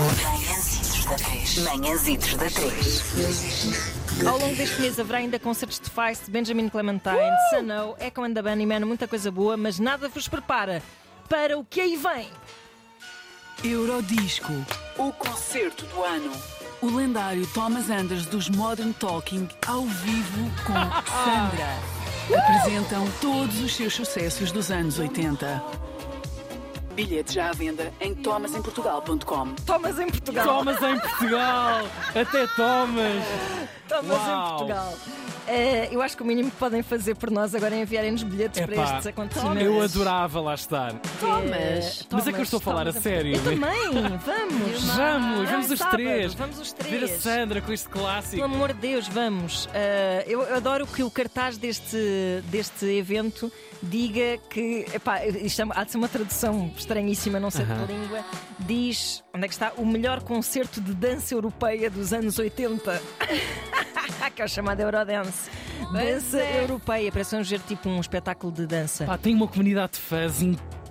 Manhãzitos da 3. Manhãzitos da 3. Ao longo deste mês haverá ainda concertos de Feist, Benjamin Clementine, Uh! Sano, Echo and the Bunnymen, muita coisa boa, mas nada vos prepara para o que aí vem. Eurodisco, O concerto do ano. o lendário Thomas Anders dos Modern Talking, ao vivo com Sandra. Apresentam todos os seus sucessos dos anos 80. Bilhetes já à venda em thomasemportugal.com. Thomas em Portugal. Thomas em Portugal! Até Thomas! Thomas em Uau. Portugal. Eh, eu acho que o mínimo que podem fazer por nós agora é enviarem-nos bilhetes para Epá, estes acontecimentos. Eu adorava lá estar. Thomas. Mas é que eu estou a falar a Thomas em sério. Portugal. Eu também, vamos. Vamos, Ah, vamos os sábado, três. Vamos os três. Ver a Sandra com este clássico. Pelo amor de Deus, vamos. Ah, eu eu adoro que o cartaz deste, deste evento diga que. Epá, isto é, há de ser uma tradução estranhíssima, não sei de que língua. Diz onde é que está o melhor concerto de dança europeia dos anos 80. que é o chamado Eurodance. Dança europeia, parece um género tipo um espetáculo de dança. é. Pá, tem uma comunidade de fãs incríveis.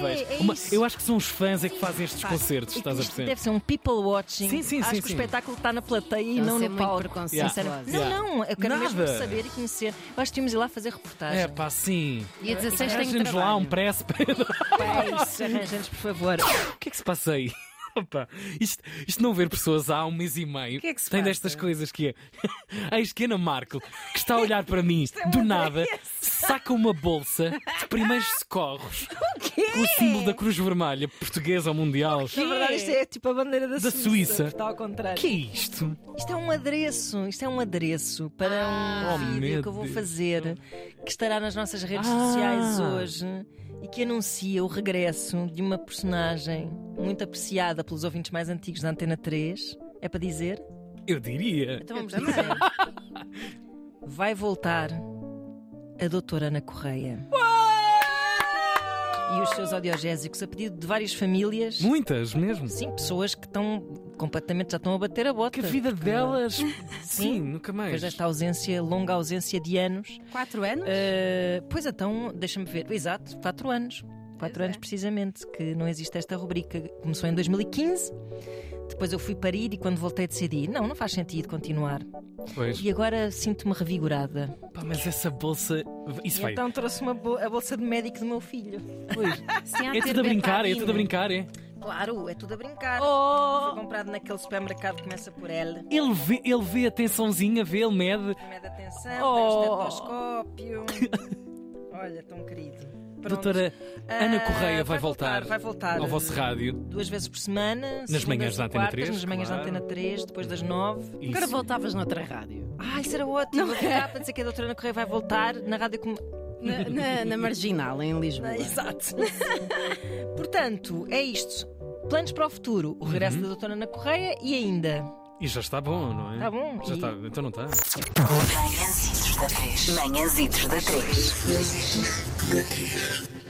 Pois é, é Uma- isso. eu acho que são os fãs é que fazem estes Pá, concertos, e estás a isto perceber? Deve ser um people watching. Sim, sim, Acho sim, que sim. o espetáculo está na plateia e Não não ser no muito palco. preconceituoso. Sinceramente. Yeah. Não, não, eu quero mesmo Nada. saber e conhecer. Eu acho que tínhamos de ir lá fazer reportagem. É pá, sim. Dia 16 tenho Arranjamos lá um trabalho. press para. É isso, arranjamos, por favor. O que é que se passa aí? Opa, isto, isto não ver pessoas há um mês e meio que é que se tem passa? destas coisas que é. Eis que Ana Marco, que está a olhar para mim é uma do nada, doença. saca uma bolsa de primeiros socorros com o símbolo da Cruz Vermelha Portuguesa Mundial Na verdade, isto é tipo a bandeira da, Da Suíça. Suíça. Está ao contrário. que é isto? Isto é um adereço, isto é um adereço para um Oh, vídeo meu que eu vou Deus. fazer, que estará nas nossas redes Ah. sociais hoje e que anuncia o regresso de uma personagem muito apreciada pelos ouvintes mais antigos da Antena 3. É para dizer? Eu diria. Então vamos dizer. Vai voltar a doutora Ana Correia. E os seus audiogésicos a pedido de várias famílias. Muitas mesmo. Sim, pessoas que estão completamente já estão a bater a bota. Que a vida delas. Sim. é, Sim, nunca Depois mais. desta ausência, longa ausência de anos. 4 anos? Ah, pois então, deixa-me ver. Exato, 4 anos. 4 é. anos precisamente, que não existe esta rubrica. Começou em 2015. Depois eu fui parir e quando voltei decidi, não, não faz sentido continuar. Pois. E agora sinto-me revigorada. Pá, mas essa bolsa. Isso E vai. então trouxe uma bo- a bolsa de médico do meu filho. Sem há É ter tudo a brincar, é betadine. tudo a brincar, é. Claro, é tudo a brincar. Foi Oh! comprado naquele supermercado que começa por L. Ele vê, ele vê a tensãozinha, vê, ele mede. Mede atenção, Oh. tem um estetoscópio. Olha, tão querido. Pronto. Doutora Ana Ah, Correia vai voltar, Vai voltar. ao vosso rádio. Duas vezes por semana. segundas manhãs e da Antena quartas, 3, Nas manhãs claro. da Antena 3, depois das 9. Isso. Agora voltavas noutra rádio. Ah, isso era ótimo. Vou ficar para dizer que a doutora Ana Correia vai voltar na rádio. Com... é? Na, na- na Marginal, em Lisboa. Exato. Portanto, é isto. Planos para o futuro. O regresso da doutora Ana Correia e ainda... E já está bom, não é? Tá bom, Já e- está, então não está. Manhãzitos da 3. Manhãzitos da 3.